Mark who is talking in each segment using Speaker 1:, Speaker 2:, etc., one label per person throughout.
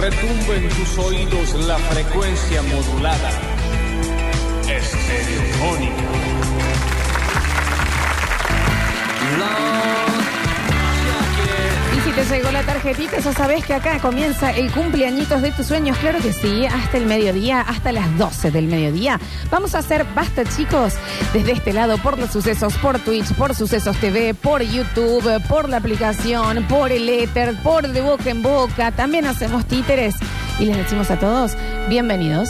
Speaker 1: retumbe en tus oídos la frecuencia modulada. Estereofónica.
Speaker 2: Y si te llegó la tarjetita, ya sabes que acá comienza el cumpleañitos de tus sueños. Claro que sí, hasta el mediodía, hasta las 12 del mediodía. Vamos a hacer basta, chicos, desde este lado, por los sucesos, por Twitch, por Sucesos TV, por YouTube, por la aplicación, por el éter, por de boca en boca. También hacemos títeres y les decimos a todos, bienvenidos.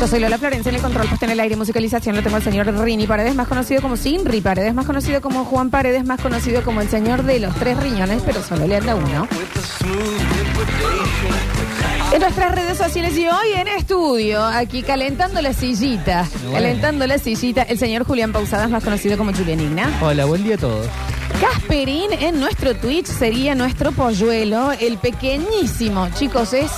Speaker 2: Yo soy Lola Florencia, en el control puesto en el aire y musicalización lo tengo al señor Rini Paredes, más conocido como Sinri Paredes, más conocido como Juan Paredes, más conocido como el señor de los tres riñones, pero solo le anda uno. En nuestras redes sociales y hoy en estudio, aquí calentando la sillita, calentando la sillita, el señor Julián Pausadas, más conocido como Julián Igna.
Speaker 3: Hola, buen día a todos.
Speaker 2: Casperín en nuestro Twitch sería nuestro polluelo, el pequeñísimo. Chicos, es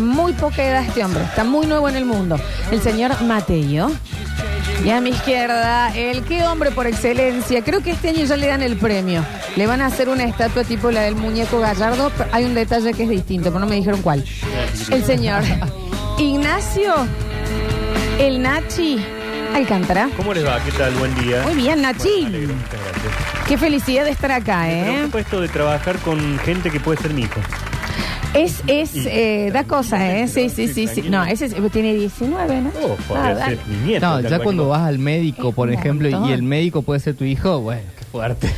Speaker 2: muy poca edad este hombre, está muy nuevo en el mundo. El señor Mateo. Y a mi izquierda, el qué hombre por excelencia. Creo que este año ya le dan el premio. Le van a hacer una estatua tipo la del muñeco Gallardo. pero Hay un detalle que es distinto, pero no me dijeron cuál. El señor Ignacio, el Nachi Alcántara.
Speaker 4: ¿Cómo les va? ¿Qué tal? Buen día.
Speaker 2: Muy bien, Nachi.
Speaker 4: Bueno, me alegro, muchas gracias.
Speaker 2: Qué felicidad de estar acá,
Speaker 4: Me
Speaker 2: ¿eh?
Speaker 4: preocupa esto de trabajar con gente que puede ser mi hijo.
Speaker 2: Es, es,
Speaker 4: Y-
Speaker 2: eh, da cosa, ¿eh? Sí, sí,
Speaker 4: tranquilo,
Speaker 2: sí,
Speaker 4: sí,
Speaker 2: sí.
Speaker 4: tranquilo.
Speaker 2: No, ese es- tiene 19, ¿no?
Speaker 4: Oh, podría
Speaker 2: Ah,
Speaker 4: ser
Speaker 2: da-
Speaker 4: mi nieto.
Speaker 3: No,
Speaker 4: tal
Speaker 3: ya
Speaker 4: cual.
Speaker 3: cuando vas al médico, por
Speaker 2: Es un
Speaker 3: ejemplo,
Speaker 2: montón.
Speaker 3: y el médico puede ser tu hijo, bueno, qué fuerte.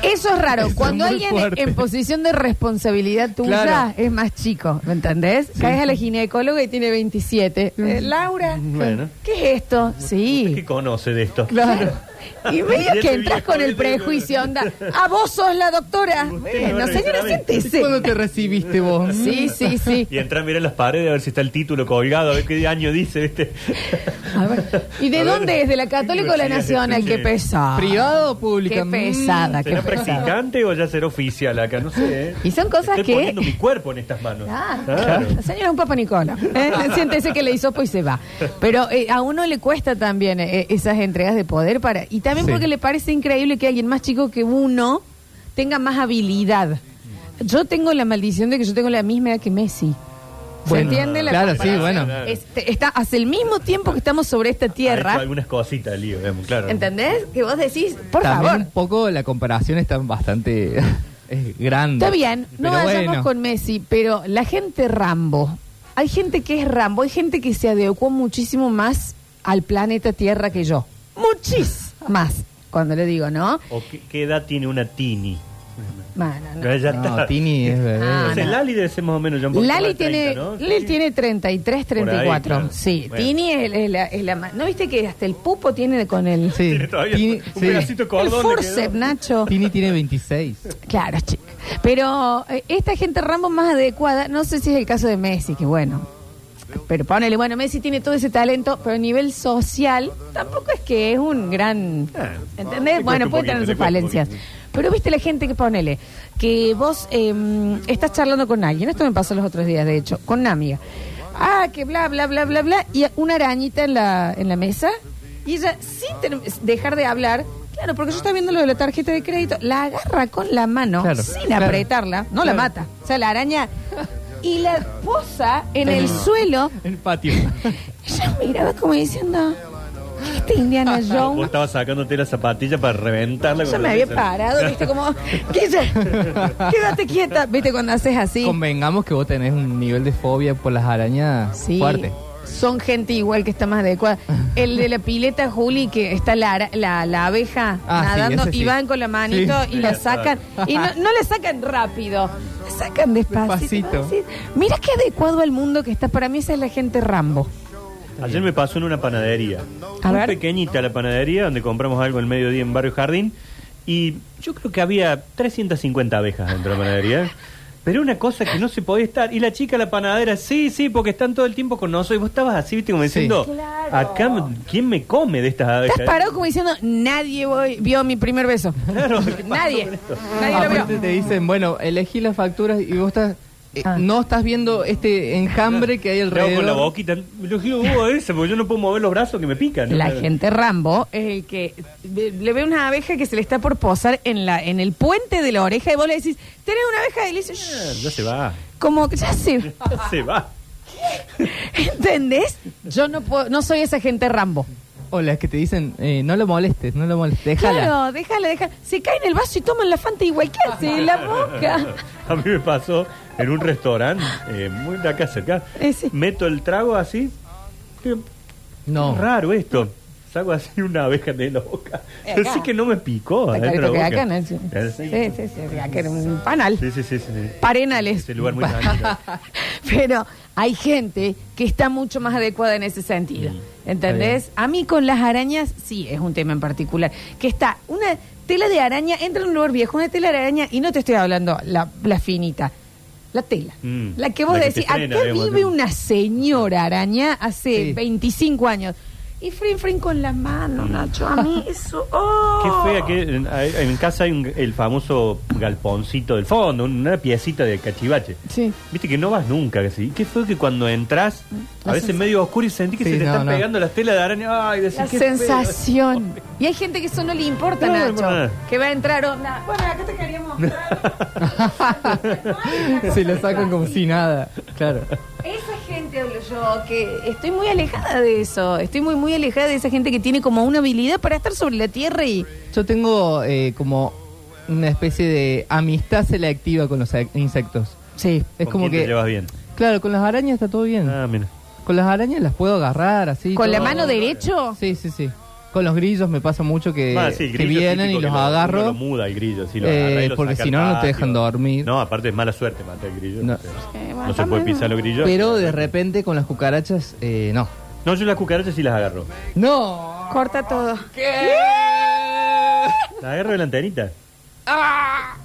Speaker 2: Eso es raro.
Speaker 3: Es
Speaker 2: Cuando
Speaker 3: muy
Speaker 2: alguien
Speaker 3: fuerte.
Speaker 2: en posición de responsabilidad tuya
Speaker 3: Claro.
Speaker 2: es más chico, ¿me entendés? Caes a la ginecóloga y tiene 27. Eh, Laura,
Speaker 4: Mm. Bueno.
Speaker 2: ¿qué es esto?
Speaker 4: ¿Qué
Speaker 2: Sí.
Speaker 4: conoce de esto?
Speaker 2: Claro. Y medio que
Speaker 4: Y ese
Speaker 2: entras
Speaker 4: viejo
Speaker 2: con el
Speaker 4: dice-
Speaker 2: prejuicio, onda. Ah, vos sos la doctora.
Speaker 4: Usted
Speaker 2: Bueno,
Speaker 4: no
Speaker 2: señora,
Speaker 4: necesariamente.
Speaker 2: siéntese.
Speaker 3: ¿Cuándo te recibiste vos?
Speaker 2: Sí, sí, sí.
Speaker 4: Y entrar a mirar las paredes a ver si está el título colgado, a ver qué año dice, ¿viste?
Speaker 2: A ver. ¿Y de
Speaker 4: A ver.
Speaker 2: dónde es? ¿De la Católica o la Nacional? Qué pesada.
Speaker 3: Mm, ¿Privado o pública?
Speaker 2: Qué
Speaker 3: Mm.
Speaker 2: pesada, qué
Speaker 4: ¿Será
Speaker 2: pesada.
Speaker 4: practicante o ya será oficial acá? No sé. ¿eh?
Speaker 2: Y son cosas
Speaker 4: Estoy
Speaker 2: que-
Speaker 4: poniendo mi cuerpo en estas manos.
Speaker 2: Ah,
Speaker 4: Claro.
Speaker 2: La señora es un papa Nicola. ¿eh? Siéntese que le hizo pues y se va. Pero eh, a uno le cuesta también eh, esas entregas de poder para y también
Speaker 3: Sí.
Speaker 2: porque le parece increíble que alguien más chico que uno tenga más habilidad. Yo tengo la maldición de que yo tengo la misma edad que Messi. ¿Se
Speaker 3: Bueno,
Speaker 2: entiende la
Speaker 3: claro, sí,
Speaker 2: comparación?
Speaker 3: bueno.
Speaker 2: Este, está hace el mismo tiempo que estamos sobre esta
Speaker 4: Ha hecho
Speaker 2: tierra.
Speaker 4: algunas cositas, Lío, digamos, claro.
Speaker 2: ¿Entendés? Que vos decís, por
Speaker 3: También
Speaker 2: favor.
Speaker 3: un poco la comparación está bastante es grande.
Speaker 2: Está bien, no
Speaker 3: Pero
Speaker 2: vayamos
Speaker 3: bueno.
Speaker 2: con Messi, pero la gente Rambo, hay gente que es Rambo, hay gente que se adecuó muchísimo más al planeta Tierra que yo. Muchis más, cuando le digo, ¿no?
Speaker 4: ¿O qué, qué edad tiene una Tini?
Speaker 2: Bueno, no.
Speaker 4: Ya
Speaker 3: No,
Speaker 4: está.
Speaker 3: Tini es bebé.
Speaker 2: Ah,
Speaker 4: No sé,
Speaker 2: no.
Speaker 4: Lali debe ser más o menos ya un poquito
Speaker 2: Lali
Speaker 4: más de 30,
Speaker 2: tiene,
Speaker 4: ¿no?
Speaker 2: Lali
Speaker 4: Sí.
Speaker 2: tiene 33,
Speaker 4: Por ahí,
Speaker 2: 34.
Speaker 4: claro.
Speaker 2: Sí,
Speaker 4: Bueno.
Speaker 2: Tini es, es la, es la más. ¿No viste que hasta el pupo tiene con el.
Speaker 3: Sí.
Speaker 4: Tiene todavía
Speaker 3: Tini,
Speaker 4: un
Speaker 3: sí.
Speaker 4: pedacito de
Speaker 2: El
Speaker 4: cordón. le quedó.
Speaker 2: forcep, Nacho.
Speaker 3: Tini tiene 26.
Speaker 2: Claro, chica. Pero eh, esta gente Rambo más adecuada, no sé si es el caso de Messi, que bueno. Pero ponele, bueno, Messi tiene todo ese talento, pero a nivel social tampoco es que es un gran...
Speaker 4: Ah,
Speaker 2: ¿Entendés?
Speaker 4: le cuesta
Speaker 2: Bueno,
Speaker 4: un
Speaker 2: puede
Speaker 4: poquito,
Speaker 2: tener sus
Speaker 4: le cuesta un
Speaker 2: falencias.
Speaker 4: poquito.
Speaker 2: Pero viste la gente que ponele, que vos eh, estás charlando con alguien, esto me pasó los otros días, de hecho, con una amiga. Ah, que bla, bla, bla, bla, bla, y una arañita en la, en la mesa, y ella, sin ter- dejar de hablar, claro, porque yo estaba viendo lo de la tarjeta de crédito, la agarra con la mano,
Speaker 3: Claro,
Speaker 2: sin
Speaker 3: claro.
Speaker 2: apretarla, no la
Speaker 3: Claro.
Speaker 2: mata, o sea, la araña, y la posa en el suelo,
Speaker 3: El patio.
Speaker 2: ella miraba como diciendo, este Indiana
Speaker 4: Vos
Speaker 2: Jones...
Speaker 4: estabas sacándote la zapatilla para reventarla.
Speaker 2: Yo
Speaker 4: cuando
Speaker 2: me
Speaker 4: te
Speaker 2: había
Speaker 4: sal-
Speaker 2: parado, viste, como, "Guille, quédate quieta, viste, cuando haces así.
Speaker 3: Convengamos que vos tenés un nivel de fobia por las arañas
Speaker 2: Sí,
Speaker 3: fuerte.
Speaker 2: son gente igual que está más adecuada. El de la pileta, Juli, que está la, ara- la, la abeja
Speaker 3: Ah, sí,
Speaker 2: nadando
Speaker 3: ese sí.
Speaker 2: y van con la manito
Speaker 3: Sí.
Speaker 2: y la
Speaker 4: Sí, claro.
Speaker 2: sacan. Y no, no la sacan rápido, la sacan despacito.
Speaker 3: Despacito.
Speaker 2: despacito. Mira qué adecuado al mundo que está. Para mí esa es la gente Rambo.
Speaker 4: Ayer me pasó en una panadería.
Speaker 2: A
Speaker 4: Muy
Speaker 2: ver.
Speaker 4: pequeñita la panadería, donde compramos algo al mediodía en Barrio Jardín. Y yo creo que había 350 abejas dentro de la panadería. Pero una cosa que no se podía estar. Y la chica, la panadera, sí, sí, porque están todo el tiempo con nosotros. Y vos estabas así, viste, como
Speaker 3: Sí.
Speaker 4: diciendo,
Speaker 2: Claro.
Speaker 4: acá, ¿quién me come de estas abejas?
Speaker 2: Estás parado como diciendo, nadie voy- vio mi primer beso.
Speaker 4: Claro, ¿qué pasó
Speaker 2: Nadie.
Speaker 4: con esto?
Speaker 2: Nadie lo
Speaker 3: Aparte
Speaker 2: vio.
Speaker 3: te dicen, bueno, elegí las facturas y vos estás. eh,
Speaker 2: Ah.
Speaker 3: no estás viendo este enjambre que hay
Speaker 4: Le hago
Speaker 3: alrededor.
Speaker 4: con la boquita. Lo giro uh, ese, porque yo no puedo mover los brazos que me pican.
Speaker 2: La gente Rambo es el que ve- le ve una abeja que se le está por posar en la en el puente de la oreja y vos le decís, ¿tenés una abeja? Y le dices,
Speaker 4: Ah, Ya se va.
Speaker 2: como, ya sé,
Speaker 4: Ya se va.
Speaker 2: ¿entendés? Yo no puedo, no soy esa gente Rambo.
Speaker 3: O las que te dicen, eh, no lo molestes, no lo molestes, déjala.
Speaker 2: Claro, déjala, déjala. Se cae en el vaso y toman la fanta igual que hace la boca.
Speaker 4: A mí me pasó en un restaurante, eh, muy de acá cerca.
Speaker 2: Eh, sí.
Speaker 4: Meto el trago así. Qué
Speaker 3: No.
Speaker 4: raro esto. Saco así una abeja de la boca.
Speaker 2: Eh,
Speaker 4: Yo
Speaker 2: acá.
Speaker 4: sé que no me picó.
Speaker 2: Está
Speaker 4: adentro
Speaker 2: clarito
Speaker 4: de
Speaker 2: que
Speaker 4: la
Speaker 2: acá,
Speaker 4: boca.
Speaker 2: ¿no? Sí,
Speaker 4: Sí,
Speaker 2: sí, sí, sí, acá era un panal.
Speaker 4: sí, sí, sí, sí.
Speaker 2: Parenales.
Speaker 4: Ese lugar muy tranquilo.
Speaker 2: Pero hay gente que está mucho más adecuada en ese
Speaker 4: Mm,
Speaker 2: sentido. ¿Entendés? A mí con las arañas, sí, es un tema en particular. Que está una tela de araña, entra en un lugar viejo, una tela de araña, y no te estoy hablando la, la finita. La tela.
Speaker 4: Mm.
Speaker 2: La que vos
Speaker 4: La que te
Speaker 2: decís,
Speaker 4: frena,
Speaker 2: acá
Speaker 4: digamos,
Speaker 2: vive
Speaker 4: ¿no?
Speaker 2: una señora araña hace
Speaker 3: Sí.
Speaker 2: 25 años. Y frin, frin con las manos, Nacho. A mí eso. ¡oh!
Speaker 4: Qué fea que en, hay- en casa hay un- el famoso galponcito del fondo, una piecita de cachivache.
Speaker 2: Sí.
Speaker 4: Viste que no vas nunca, que sí. Qué feo que cuando entras,
Speaker 2: Mm, La
Speaker 4: a veces
Speaker 2: sensa-
Speaker 4: medio oscuro y sentí que
Speaker 3: Sí,
Speaker 4: se te
Speaker 3: no,
Speaker 4: están
Speaker 3: no.
Speaker 4: pegando las telas de araña. Ay, decís,
Speaker 2: La
Speaker 4: qué feo.
Speaker 2: sensación. Y hay gente que eso no le importa,
Speaker 4: No,
Speaker 2: Nacho.
Speaker 4: hermana.
Speaker 2: Que va a entrar onda. Bueno, acá te queríamos
Speaker 3: Se lo sacan como si nada. Claro.
Speaker 2: Esa gente hablo yo, que estoy muy alejada de eso. Estoy muy, muy alejada de esa gente que tiene como una habilidad para estar sobre la tierra y.
Speaker 3: Yo tengo eh, como una especie de amistad selectiva con los a- insectos.
Speaker 2: Sí.
Speaker 3: Es
Speaker 4: ¿Con
Speaker 3: como
Speaker 4: quién
Speaker 3: que. mm,
Speaker 4: te llevas bien?
Speaker 3: Claro, con las arañas está todo bien.
Speaker 4: Ah, mira.
Speaker 3: Con las arañas las puedo agarrar así.
Speaker 2: ¿Con la
Speaker 3: todo.
Speaker 2: mano derecha?
Speaker 3: Sí, sí, sí. Con los grillos me pasa mucho que,
Speaker 4: Ah, sí, el
Speaker 3: eh, que
Speaker 4: grillo
Speaker 3: vienen
Speaker 4: típico
Speaker 3: y
Speaker 4: que
Speaker 3: los
Speaker 4: lo-
Speaker 3: agarro.
Speaker 4: uno lo muda el grillo, sí, lo
Speaker 3: Eh,
Speaker 4: agarra y lo
Speaker 3: porque
Speaker 4: saca
Speaker 3: si
Speaker 4: al
Speaker 3: no, no te
Speaker 4: patio.
Speaker 3: dejan dormir.
Speaker 4: No, aparte es mala suerte matar el grillo.
Speaker 3: No.
Speaker 4: No, sé.
Speaker 2: Eh, bueno,
Speaker 4: No se puede
Speaker 2: también.
Speaker 4: pisar los grillos.
Speaker 3: pero de repente con las cucarachas, eh, no.
Speaker 4: No, yo las cucarachas sí las agarro.
Speaker 3: ¡No!
Speaker 2: Corta todo.
Speaker 4: Las agarro de la antenita.
Speaker 2: ah.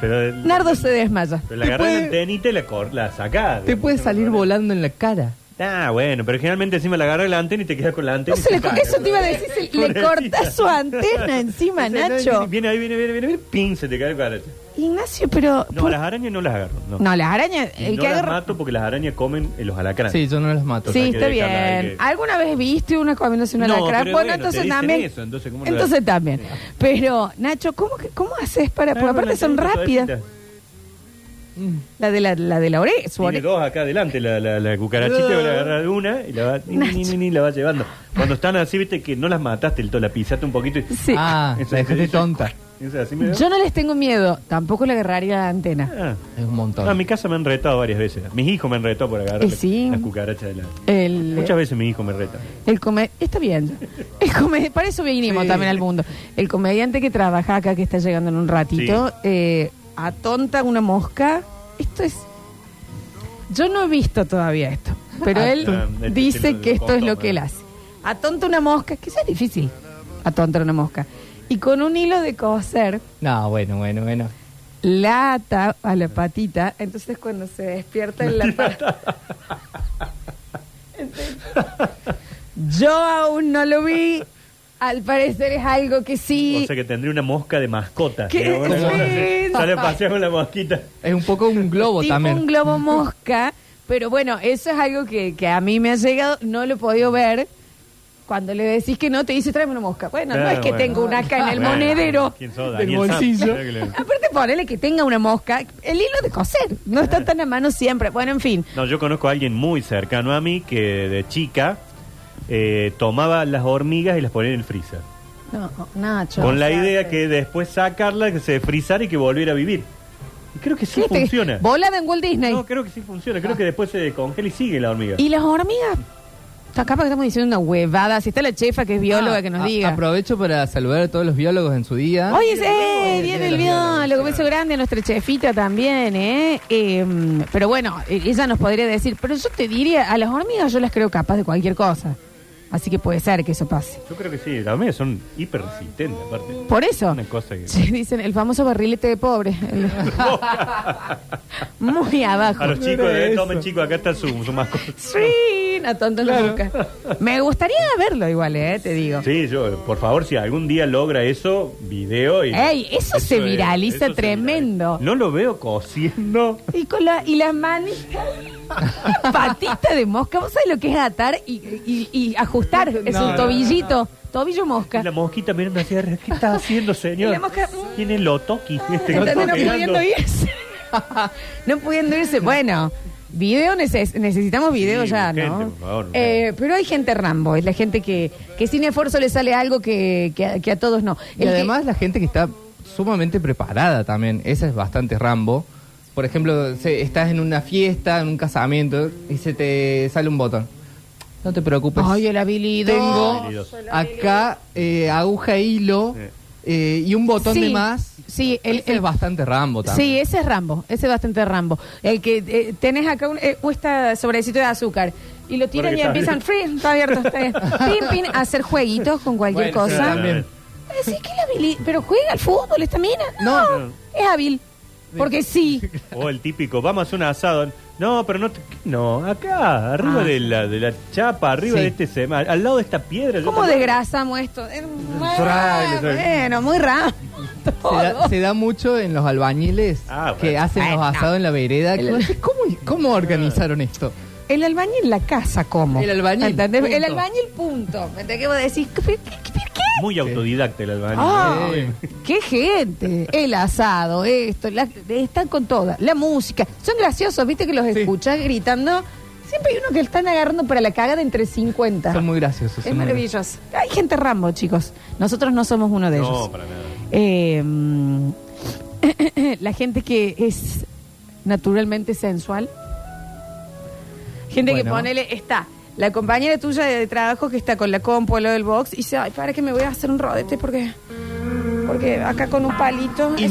Speaker 4: Pero el-
Speaker 2: Nardo se desmaya.
Speaker 4: pero la
Speaker 3: te
Speaker 4: agarro de la
Speaker 3: puede-
Speaker 4: antenita y la, cor- la saca.
Speaker 3: Te puede salir volando en la cara.
Speaker 4: Ah, bueno, pero generalmente encima la agarras de la antena y te quedas con la antena.
Speaker 2: No
Speaker 4: y
Speaker 2: se le,
Speaker 4: cae.
Speaker 2: eso te iba a decir, se- le corta su antena encima,
Speaker 4: Dice, no,
Speaker 2: Nacho.
Speaker 4: Viene ahí, viene, viene, viene, viene, pin, se te cae el cucaracha.
Speaker 2: Ignacio, pero.
Speaker 4: No,
Speaker 2: ¿por-
Speaker 4: las arañas no las agarro. No,
Speaker 2: no, las arañas,
Speaker 4: Y
Speaker 2: el
Speaker 4: no
Speaker 2: que
Speaker 4: las
Speaker 2: agarra.
Speaker 4: mato porque las arañas comen eh, los alacranes.
Speaker 3: Sí, yo no los mato.
Speaker 2: Sí,
Speaker 4: hay que
Speaker 2: está bien.
Speaker 4: dejarla, hay que-
Speaker 2: ¿Alguna vez viste una comiéndose una
Speaker 4: No,
Speaker 2: lacra? Bueno,
Speaker 4: pero bueno, te
Speaker 2: entonces
Speaker 4: dicen
Speaker 2: también.
Speaker 4: eso, entonces, ¿cómo no la-
Speaker 2: Entonces también. Pero, Nacho, ¿cómo, que- cómo haces
Speaker 4: Ah,
Speaker 2: para.? Porque aparte son rápidas. La de la, la de la oreja. su
Speaker 4: Tiene
Speaker 2: oreja.
Speaker 4: dos acá adelante, la, la, la cucarachita, voy a agarrar una y la va, ni, ni, ni, ni, la va llevando. Cuando están así, viste que no las mataste, el todo, la pisaste un poquito y...
Speaker 2: Sí.
Speaker 3: Ah,
Speaker 4: Eso,
Speaker 3: la
Speaker 4: eso,
Speaker 3: dejaste
Speaker 4: eso.
Speaker 3: tonta.
Speaker 4: O sea, así me
Speaker 2: Yo no les tengo miedo. Tampoco le agarraría la antena.
Speaker 4: Ah.
Speaker 3: Es un
Speaker 4: No, en
Speaker 3: montón.
Speaker 4: mi casa me han retado varias veces. Mis hijos me han retado por agarrar
Speaker 2: Eh,
Speaker 4: la-
Speaker 2: sí.
Speaker 4: las cucarachas de la...
Speaker 2: El,
Speaker 4: Muchas veces mis hijos me retan.
Speaker 2: El come- está bien. El come- para eso vinimos
Speaker 3: Sí.
Speaker 2: también al mundo. El comediante que trabaja acá, que está llegando en un ratito, eh, atonta una mosca. Esto es. Yo no he visto todavía esto, pero
Speaker 4: Ah,
Speaker 2: él
Speaker 4: ah, este
Speaker 2: dice
Speaker 4: estilo de
Speaker 2: que esto es
Speaker 4: contó,
Speaker 2: lo que él
Speaker 4: ¿no?
Speaker 2: hace. Atonta una mosca, que eso es difícil, atontar una mosca. Y con un hilo de coser,
Speaker 3: No, bueno, bueno, bueno.
Speaker 2: la ata a la patita, entonces cuando se despierta en la patita. Yo aún no lo vi, al parecer es algo que sí.
Speaker 4: O sea que tendría una mosca de mascota.
Speaker 2: ¡Qué
Speaker 4: digamos, una cosa así.
Speaker 2: vergüenza!
Speaker 4: Sale a pasear con la mosquita.
Speaker 3: Es un poco un globo
Speaker 2: tipo
Speaker 3: también. Mm.
Speaker 2: un globo mosca, pero bueno, eso es algo que, que a mí me ha llegado, no lo he podido ver. Cuando le decís que no, te dice tráeme una mosca. Bueno, no
Speaker 4: Ah,
Speaker 2: es que
Speaker 4: bueno.
Speaker 2: tengo una acá en el
Speaker 4: Bueno,
Speaker 2: monedero.
Speaker 4: ¿Quién sos?
Speaker 3: Del
Speaker 4: Daniel Sanz.
Speaker 3: bolsillo.
Speaker 2: Aparte, ponele que tenga una mosca, el hilo de coser, no está tan a mano siempre. Bueno, en fin.
Speaker 4: No, yo conozco a alguien muy cercano a mí que de chica eh, tomaba las hormigas y las ponía en el freezer.
Speaker 2: No, Nacho.
Speaker 4: con la idea que después sacarlas, que se desfrizara y que volviera a vivir. Y creo que sí
Speaker 2: ¿Qué te-
Speaker 4: funciona.
Speaker 2: Bola de Walt Disney.
Speaker 4: No, creo que sí funciona. Creo que después se descongela y sigue la hormiga.
Speaker 2: ¿Y las hormigas? Está capaz que estamos diciendo una huevada. Si está la chefa que es bióloga
Speaker 3: Ah,
Speaker 2: que nos
Speaker 3: a-
Speaker 2: diga.
Speaker 3: Aprovecho para saludar a todos los biólogos en su
Speaker 4: Ah,
Speaker 3: día.
Speaker 2: Oye, eh, viene el biólogo. Beso grande a nuestra chefita también, ¿eh? Eh, Pero bueno, eh, ella nos podría decir, pero yo te diría, a las hormigas yo las creo capaz de cualquier cosa. Así que puede ser que eso pase.
Speaker 4: Yo creo que sí, las medias son hiper resistentes, aparte.
Speaker 2: Por eso.
Speaker 4: Una cosa que-
Speaker 2: Sí, dicen el famoso barrilete de pobre. El- Muy abajo.
Speaker 4: A los chicos,
Speaker 3: Mira
Speaker 4: de,
Speaker 3: eso.
Speaker 4: tomen chicos, acá está su, su mascota.
Speaker 2: Sí, no tonto en la boca. Me gustaría verlo igual, eh, te digo.
Speaker 4: Sí, yo, por favor, si algún día logra eso, video y.
Speaker 2: Ey, eso se
Speaker 4: es-
Speaker 2: viraliza
Speaker 4: eso se
Speaker 2: tremendo.
Speaker 4: viraliza. No lo veo cosiendo.
Speaker 2: Y con la, y las manitas, patita de mosca, ¿vos sabés lo que es atar y, y- y ajustar? Es
Speaker 3: No,
Speaker 2: un
Speaker 3: no,
Speaker 2: tobillito, tobillo mosca.
Speaker 4: Y la mosquita mirando hacia arriba. ¿Qué está haciendo, señor?
Speaker 2: Y la mosca, mm. Ah,
Speaker 4: Tiene lotoki. Este que
Speaker 2: ¿Entendés?
Speaker 4: está
Speaker 2: No
Speaker 4: pegando.
Speaker 2: pudiendo irse. no pudiendo irse. Bueno, video neces- necesitamos video
Speaker 4: Sí,
Speaker 2: ya,
Speaker 4: urgente,
Speaker 2: ¿no?
Speaker 4: por favor,
Speaker 2: Eh,
Speaker 4: urgente.
Speaker 2: pero hay gente Rambo, es la gente que, que sin esfuerzo le sale algo que, que a- que a todos no.
Speaker 3: Y
Speaker 2: El que-
Speaker 3: además la gente que está sumamente preparada también, esa es bastante Rambo. Por ejemplo, se- estás en una fiesta, en un casamiento, y se te sale un botón. No te preocupes.
Speaker 2: Ay, el habilido.
Speaker 3: Tengo acá eh, aguja e hilo eh, y un botón
Speaker 2: Sí,
Speaker 3: de más.
Speaker 2: sí, el-
Speaker 3: el,
Speaker 2: el-
Speaker 3: es bastante Rambo también.
Speaker 2: Sí, Ah. ese es Rambo, ese es bastante Rambo. El que eh, tenés acá un, eh, esta sobrecito de azúcar y lo tiran
Speaker 4: Porque
Speaker 2: y
Speaker 4: está
Speaker 2: empiezan, free, está abierto, está bien. Pim, pim, a hacer jueguitos con cualquier
Speaker 3: Bueno,
Speaker 2: cosa. Eh,
Speaker 3: también.
Speaker 2: Sí, que la habilidad. Pero juega al fútbol esta mina. No,
Speaker 3: No,
Speaker 2: es hábil. Porque sí.
Speaker 4: O Oh, el típico, vamos a hacer un asado. No, pero no. te- no, acá, arriba
Speaker 2: Ah.
Speaker 4: de, la, de la chapa, arriba
Speaker 3: Sí.
Speaker 4: de este sema, al lado de esta piedra. yo
Speaker 2: ¿Cómo
Speaker 4: tampoco-
Speaker 2: desgrasamos esto? Eh,
Speaker 4: Fraile, fraile.
Speaker 2: Bueno, muy raro.
Speaker 3: Se da,
Speaker 2: Todo.
Speaker 3: se da mucho en los albañiles
Speaker 4: Ah, bueno.
Speaker 3: que hacen los
Speaker 2: Bueno.
Speaker 3: asados en la vereda. que
Speaker 2: El-
Speaker 3: vos decís, ¿Cómo, cómo organizaron esto?
Speaker 2: El albañil en la casa, ¿cómo?
Speaker 3: El albañil,
Speaker 2: ¿Entendés?
Speaker 3: punto.
Speaker 2: El albañil, punto. ¿Me entendés? ¿Qué vos decís? ¿Qué? ¿Qué? qué- qué?
Speaker 4: Muy autodidacta el albañil.
Speaker 2: Ah,
Speaker 3: Sí.
Speaker 2: ¡Qué gente! El asado, esto, la- están con todas. La música. Son graciosos, viste que los escuchás gritando. Siempre hay uno que están agarrando para la cagada entre 50.
Speaker 3: Eh, Son muy graciosos.
Speaker 2: Es
Speaker 3: son muy
Speaker 2: maravilloso. Hay gente Rambo, chicos. Nosotros no somos uno de ellos.
Speaker 4: no, para nada.
Speaker 2: Eh, mm, la gente que es naturalmente sensual. Gente que
Speaker 3: Bueno.
Speaker 2: ponele, está. La compañera tuya de trabajo que está con la compu, lo del box, y dice, ay, para que me voy a hacer un rodete porque. Porque acá con un palito. es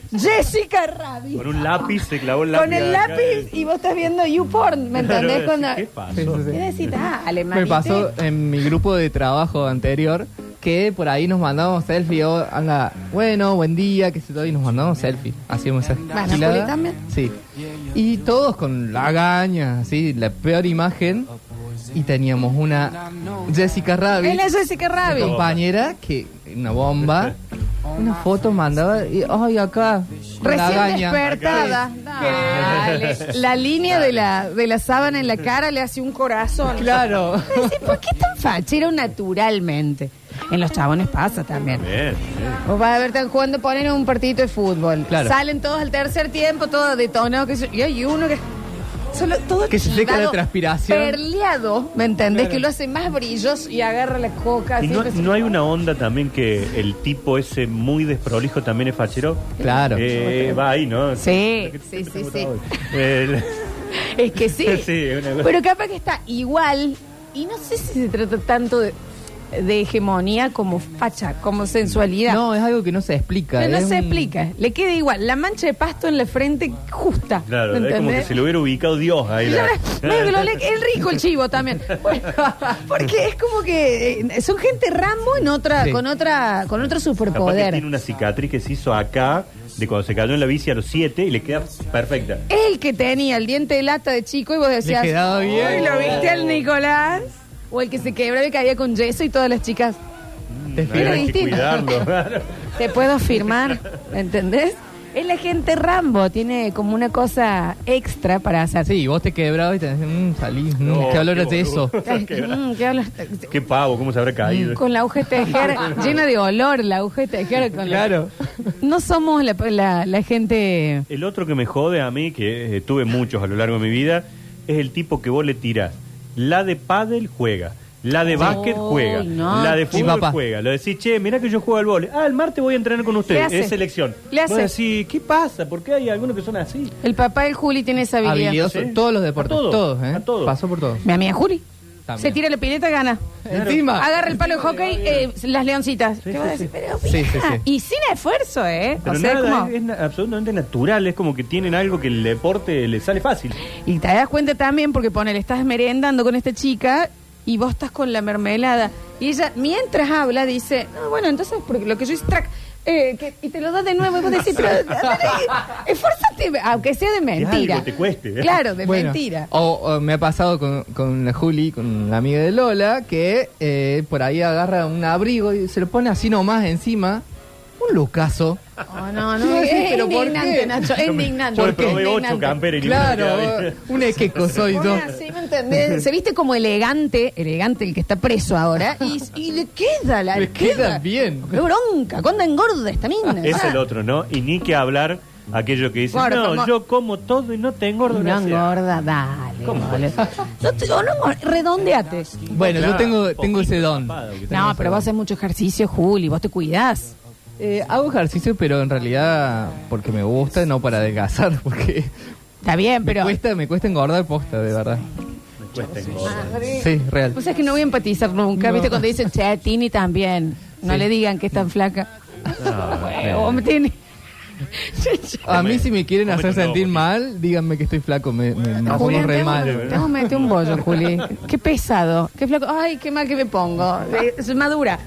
Speaker 2: fe- Jessica Rabbit.
Speaker 4: Con un lápiz se clavó el lápiz.
Speaker 2: Con el
Speaker 4: acá.
Speaker 2: lápiz y vos estás viendo YouPorn, ¿me entendés?
Speaker 4: Claro,
Speaker 2: Cuando-
Speaker 4: ¿Qué
Speaker 3: Sí,
Speaker 4: pasó?
Speaker 3: sí, sí.
Speaker 2: Y decís, dale,
Speaker 3: Me
Speaker 2: manito.
Speaker 3: pasó en mi grupo de trabajo anterior que por ahí nos mandábamos selfie. o a la- bueno, buen día, que se todo, y nos mandábamos selfie. Hacíamos esa
Speaker 2: Bueno,
Speaker 3: gilada.
Speaker 2: Juli también.
Speaker 3: Sí. Y todos con la gaña, así, la peor imagen. Y teníamos una Jessica
Speaker 2: Es
Speaker 3: Rabbit,
Speaker 2: la Jessica
Speaker 3: mi
Speaker 2: Rabbit.
Speaker 3: compañera, que una bomba. Una foto mandaba y, ay, acá, con la
Speaker 2: Recién
Speaker 3: gaña.
Speaker 2: despertada. Dale. La línea de la, de la sábana en la cara le hace un corazón.
Speaker 3: Claro.
Speaker 2: Decís, ¿Por qué tan fachero naturalmente? En los chabones pasa también.
Speaker 4: Bien, bien.
Speaker 2: Vos vas a ver, están jugando, ponen un partidito de fútbol.
Speaker 3: Claro.
Speaker 2: Salen todos al tercer tiempo, todo detonado. qué sé yo, y hay uno que. Solo, todo
Speaker 3: Que se seca
Speaker 2: chivado,
Speaker 3: la transpiración.
Speaker 2: Perleado, ¿me entendés? Que lo hace más brilloso y agarra la coca.
Speaker 4: Y
Speaker 2: así,
Speaker 4: no,
Speaker 2: que se-
Speaker 4: no hay una onda también que el tipo ese muy desprolijo también es fachero.
Speaker 3: Claro.
Speaker 4: Eh, va ahí, ¿no?
Speaker 2: Sí,
Speaker 4: ¿Qué-
Speaker 2: sí,
Speaker 4: qué te
Speaker 2: sí,
Speaker 4: gusta
Speaker 2: sí.
Speaker 4: hoy? El-
Speaker 2: Es que sí.
Speaker 4: Sí, una cosa.
Speaker 2: Pero capaz que está igual. Y no sé si se trata tanto de, de hegemonía como facha, como sensualidad.
Speaker 3: No, es algo que no se explica.
Speaker 2: No, no
Speaker 3: es
Speaker 2: se
Speaker 3: un-
Speaker 2: explica. Le queda igual. La mancha de pasto en la frente justa.
Speaker 4: claro,
Speaker 2: ¿me
Speaker 4: es como que
Speaker 2: entendés?
Speaker 4: se lo hubiera ubicado Dios ahí.
Speaker 2: Y
Speaker 4: la-
Speaker 2: ahora, medio que lo le- el rico, el chivo también. Bueno, porque es como que eh, son gente Rambo en otra,
Speaker 3: Sí.
Speaker 2: con otra, con otro
Speaker 4: Capaz que
Speaker 2: superpoder.
Speaker 4: tiene una cicatriz que se hizo acá de cuando se cayó en la bici a los 7 y le queda perfecta.
Speaker 2: El que tenía el diente de lata de chico y vos decías.
Speaker 3: Le quedaba bien. Oh.
Speaker 2: "Uy, lo viste al Nicolás. O el que se quebraba y caía con yeso y todas las chicas.
Speaker 3: Te
Speaker 4: Hay
Speaker 2: Pero
Speaker 3: fijas.
Speaker 4: que
Speaker 2: distinto.
Speaker 4: cuidarlo.
Speaker 2: Te puedo firmar, ¿entendés? Es la gente Rambo, tiene como una cosa extra para hacer.
Speaker 3: Sí, vos te quebrabas y te decís, mmm, salí, mm,
Speaker 4: No,
Speaker 3: qué olor
Speaker 4: qué
Speaker 3: es de eso.
Speaker 4: boludo.
Speaker 2: Ay,
Speaker 4: Qué
Speaker 2: mm, ¿qué hablas?
Speaker 4: Qué pavo, cómo se habrá caído.
Speaker 2: Con la aguja de tejer, llena de olor la aguja de tejer. Con la-
Speaker 3: Claro.
Speaker 2: No somos la, la- la gente...
Speaker 4: El otro que me jode a mí, que eh, tuve muchos a lo largo de mi vida, es el tipo que vos le tirás. La de pádel juega. La de básquet juega.
Speaker 2: no.
Speaker 4: La de
Speaker 3: Sí,
Speaker 4: fútbol
Speaker 3: papá.
Speaker 4: juega. Lo decís, che, mirá que yo juego al vole. Ah, el martes voy a entrenar con
Speaker 2: Le
Speaker 4: ustedes.
Speaker 2: hace.
Speaker 4: Es selección.
Speaker 2: Le
Speaker 4: Vos
Speaker 2: hace.
Speaker 4: decís, ¿qué pasa? ¿Por qué hay algunos que son así?
Speaker 2: El papá del Juli tiene esa habilidad.
Speaker 3: Habilidoso.
Speaker 4: Sí.
Speaker 3: Todos los deportes,
Speaker 4: A todos,
Speaker 3: todos, ¿eh?
Speaker 4: a todos.
Speaker 3: Pasó por todos.
Speaker 2: Mi amiga Juli.
Speaker 3: También.
Speaker 2: Se tira la pileta, gana.
Speaker 3: Encima.
Speaker 2: Agarra el palo de hockey, eh, las leoncitas.
Speaker 4: Sí,
Speaker 2: ¿Qué vas a
Speaker 4: sí,
Speaker 2: decir? Pero,
Speaker 3: Sí, sí,
Speaker 2: mija,
Speaker 3: sí.
Speaker 2: Y sin esfuerzo, ¿eh?
Speaker 4: Pero
Speaker 2: o sea,
Speaker 4: nada,
Speaker 2: como-
Speaker 4: es, es na- absolutamente natural. Es como que tienen algo que el deporte le sale fácil.
Speaker 2: Y te das cuenta también porque ponele, estás merendando con esta chica y vos estás con la mermelada. Y ella, mientras habla, dice, no, bueno, entonces, porque lo que yo hice, track, eh, que- y te lo das de nuevo y vos decís, pero eh, esfuérzate, aunque sea de mentira.
Speaker 4: algo te cueste, ¿eh?
Speaker 2: Claro, de
Speaker 3: Bueno,
Speaker 2: mentira.
Speaker 3: O, o me ha pasado con, con la Juli, con la amiga de Lola, que eh, por ahí agarra un abrigo y se lo pone así nomás encima. Un lucaso.
Speaker 2: Oh, no,
Speaker 3: Yo
Speaker 2: no,
Speaker 3: iba a
Speaker 2: es,
Speaker 3: decir, ¿pero por
Speaker 2: indignante,
Speaker 3: qué?
Speaker 2: Nacho, es indignante.
Speaker 4: Yo me
Speaker 2: es
Speaker 4: probé ocho
Speaker 2: indignante.
Speaker 4: camperes y ninguna queda
Speaker 3: Claro,
Speaker 4: bien.
Speaker 3: un equeco soy
Speaker 2: Pone
Speaker 3: dos.
Speaker 2: así, ¿me entendés? Se viste como elegante, elegante el que está preso ahora, y, y le queda la.
Speaker 3: Le queda bien.
Speaker 2: ¡Qué bronca! ¿Cuándo engorda esta mina?
Speaker 4: Es
Speaker 2: Ah.
Speaker 4: el otro, ¿no? Y ni que hablar aquello que dice,
Speaker 2: Gordo,
Speaker 4: no,
Speaker 2: como-
Speaker 4: yo como todo y no te engordo.
Speaker 2: No
Speaker 4: gracias".
Speaker 2: engorda, dale.
Speaker 4: ¿Cómo?
Speaker 2: dale. No te- o no engor- redondeate.
Speaker 3: Bueno, yo
Speaker 4: Claro,
Speaker 3: tengo, tengo ese
Speaker 4: poquito
Speaker 3: don.
Speaker 4: tapado que tenés.
Speaker 2: No, pero vos haces mucho ejercicio, Juli, vos te cuidás.
Speaker 3: Eh, hago ejercicio, pero en realidad porque me gusta, no para adelgazar, porque
Speaker 2: Está bien,
Speaker 3: me
Speaker 2: pero.
Speaker 3: cuesta, me cuesta engordar posta, de verdad.
Speaker 4: Me cuesta
Speaker 2: Ah.
Speaker 4: engordar.
Speaker 3: Sí, real.
Speaker 2: O sea, que no voy a empatizar nunca,
Speaker 3: No.
Speaker 2: ¿viste? Cuando dicen, che, Tini también. No le digan que es tan flaca.
Speaker 4: No,
Speaker 2: O me tiene.
Speaker 3: A mí si me quieren
Speaker 4: Comete
Speaker 3: hacer
Speaker 4: un lobo,
Speaker 3: sentir
Speaker 4: tío.
Speaker 3: mal, díganme que estoy flaco, me, me, me pongo
Speaker 2: Julián,
Speaker 3: re
Speaker 2: te vamos-
Speaker 3: mal. Ah,
Speaker 2: te vamos a meter un bollo, Juli. Qué pesado, qué flaco. Ay, qué mal que me pongo. Es madura.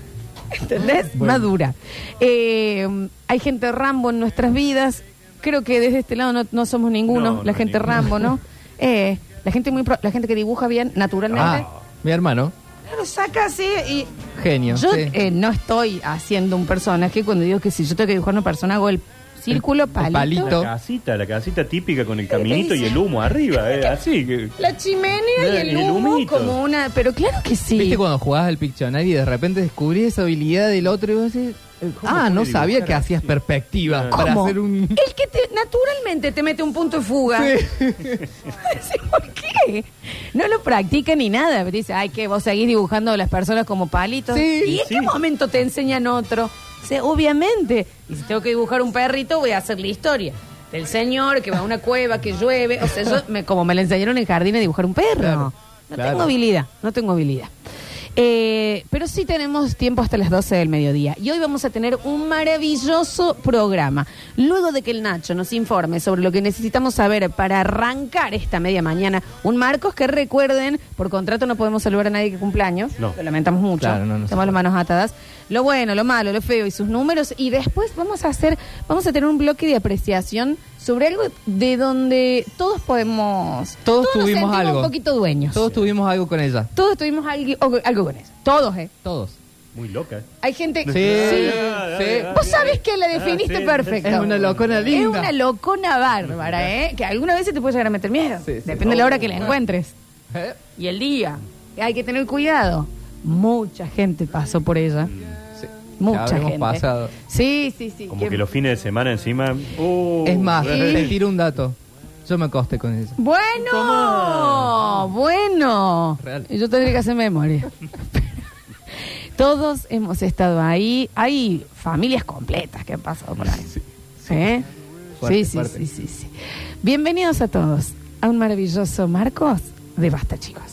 Speaker 2: ¿Entendés?
Speaker 3: Bueno.
Speaker 2: Madura. Eh, hay gente Rambo en nuestras vidas. Creo que desde este lado no, no somos ninguno,
Speaker 4: No,
Speaker 2: la
Speaker 4: no,
Speaker 2: gente
Speaker 4: ninguno.
Speaker 2: Rambo, ¿no? Eh, la gente muy pro- la gente que dibuja bien, naturalmente.
Speaker 3: Ah, mi hermano,
Speaker 2: Lo saca así y
Speaker 3: genio.
Speaker 2: yo
Speaker 3: sí.
Speaker 2: eh, no estoy haciendo un personaje cuando digo que si yo tengo que dibujar una persona hago el círculo
Speaker 3: El- el palito.
Speaker 4: La casita, la casita típica con el caminito y
Speaker 2: dice-
Speaker 4: el humo arriba, ¿eh? así que...
Speaker 2: La chimenea y
Speaker 4: Eh,
Speaker 2: el,
Speaker 4: y el
Speaker 2: humo
Speaker 4: humito.
Speaker 2: como una... Pero claro que sí.
Speaker 3: ¿Viste cuando jugabas al Pictionary y de repente descubrís esa habilidad del otro y vos decís, ah, no
Speaker 4: puede
Speaker 3: sabía
Speaker 4: dibujar
Speaker 3: que hacías perspectiva para
Speaker 2: ¿Cómo?
Speaker 3: hacer un...
Speaker 2: El que te- naturalmente te mete un punto de fuga. Sí, ¿Por qué? No lo practica ni nada. Pero dice, ay, que vos seguís dibujando a las personas como palitos.
Speaker 3: Sí,
Speaker 2: ¿Y en
Speaker 4: sí.
Speaker 2: qué momento te enseñan otro? O sea, obviamente. Y si tengo que dibujar un perrito, voy a hacer la historia. Del señor que va a una cueva, que llueve. O sea, yo, me- como me la enseñaron en el jardín a dibujar un perro.
Speaker 3: Claro,
Speaker 2: no
Speaker 3: claro.
Speaker 2: tengo habilidad, no tengo habilidad. Eh, pero sí tenemos tiempo hasta las 12 del mediodía. Y hoy vamos a tener un maravilloso programa. Luego de que el Nacho nos informe sobre lo que necesitamos saber para arrancar esta media mañana, un Marcos que recuerden, por contrato no podemos saludar a nadie que cumpleaños.
Speaker 4: No.
Speaker 2: Lo lamentamos mucho.
Speaker 3: Claro, no, no
Speaker 2: Tenemos
Speaker 3: se
Speaker 2: las
Speaker 3: puede.
Speaker 2: manos atadas. Lo bueno, lo malo, lo feo y sus números. Y después vamos a hacer, vamos a tener un bloque de apreciación sobre algo de donde todos podemos.
Speaker 3: Todos
Speaker 2: nos
Speaker 3: tuvimos
Speaker 2: sentimos
Speaker 3: algo.
Speaker 2: Un poquito dueños.
Speaker 3: Todos tuvimos algo con ella,
Speaker 2: Todos tuvimos algo, o- algo con eso. Todos, ¿eh?
Speaker 3: todos.
Speaker 4: Muy loca. ¿eh?
Speaker 2: Hay gente.
Speaker 3: Sí, sí.
Speaker 2: Vos sabés que la definiste
Speaker 4: Ah, sí.
Speaker 2: perfecto.
Speaker 3: Es una locona
Speaker 2: Es
Speaker 3: linda.
Speaker 2: una locona bárbara, ¿eh? Que alguna vez se te puede llegar a meter miedo.
Speaker 3: Sí, sí.
Speaker 2: Depende de la hora que la encuentres.
Speaker 3: ¿Eh?
Speaker 2: Y el día. Hay que tener cuidado. Mucha gente pasó por ella.
Speaker 3: Sí.
Speaker 2: Mucha
Speaker 3: La habremos
Speaker 2: gente.
Speaker 3: pasado.
Speaker 2: Sí, sí, sí.
Speaker 4: Como
Speaker 2: ¿Quién-
Speaker 4: que los fines de semana encima... uh,
Speaker 3: Es más,
Speaker 2: Sí.
Speaker 3: te tiro un dato. Yo me acosté con ella.
Speaker 2: Bueno,
Speaker 4: Tomá.
Speaker 2: bueno.
Speaker 3: Real.
Speaker 2: Yo tendría que hacer memoria. Todos hemos estado ahí. Hay familias completas que han pasado por ahí. ¿Eh?
Speaker 3: Fuerte,
Speaker 2: sí, sí,
Speaker 3: fuerte.
Speaker 2: sí, sí, sí. Bienvenidos a todos a un maravilloso Marcos de Basta, chicos.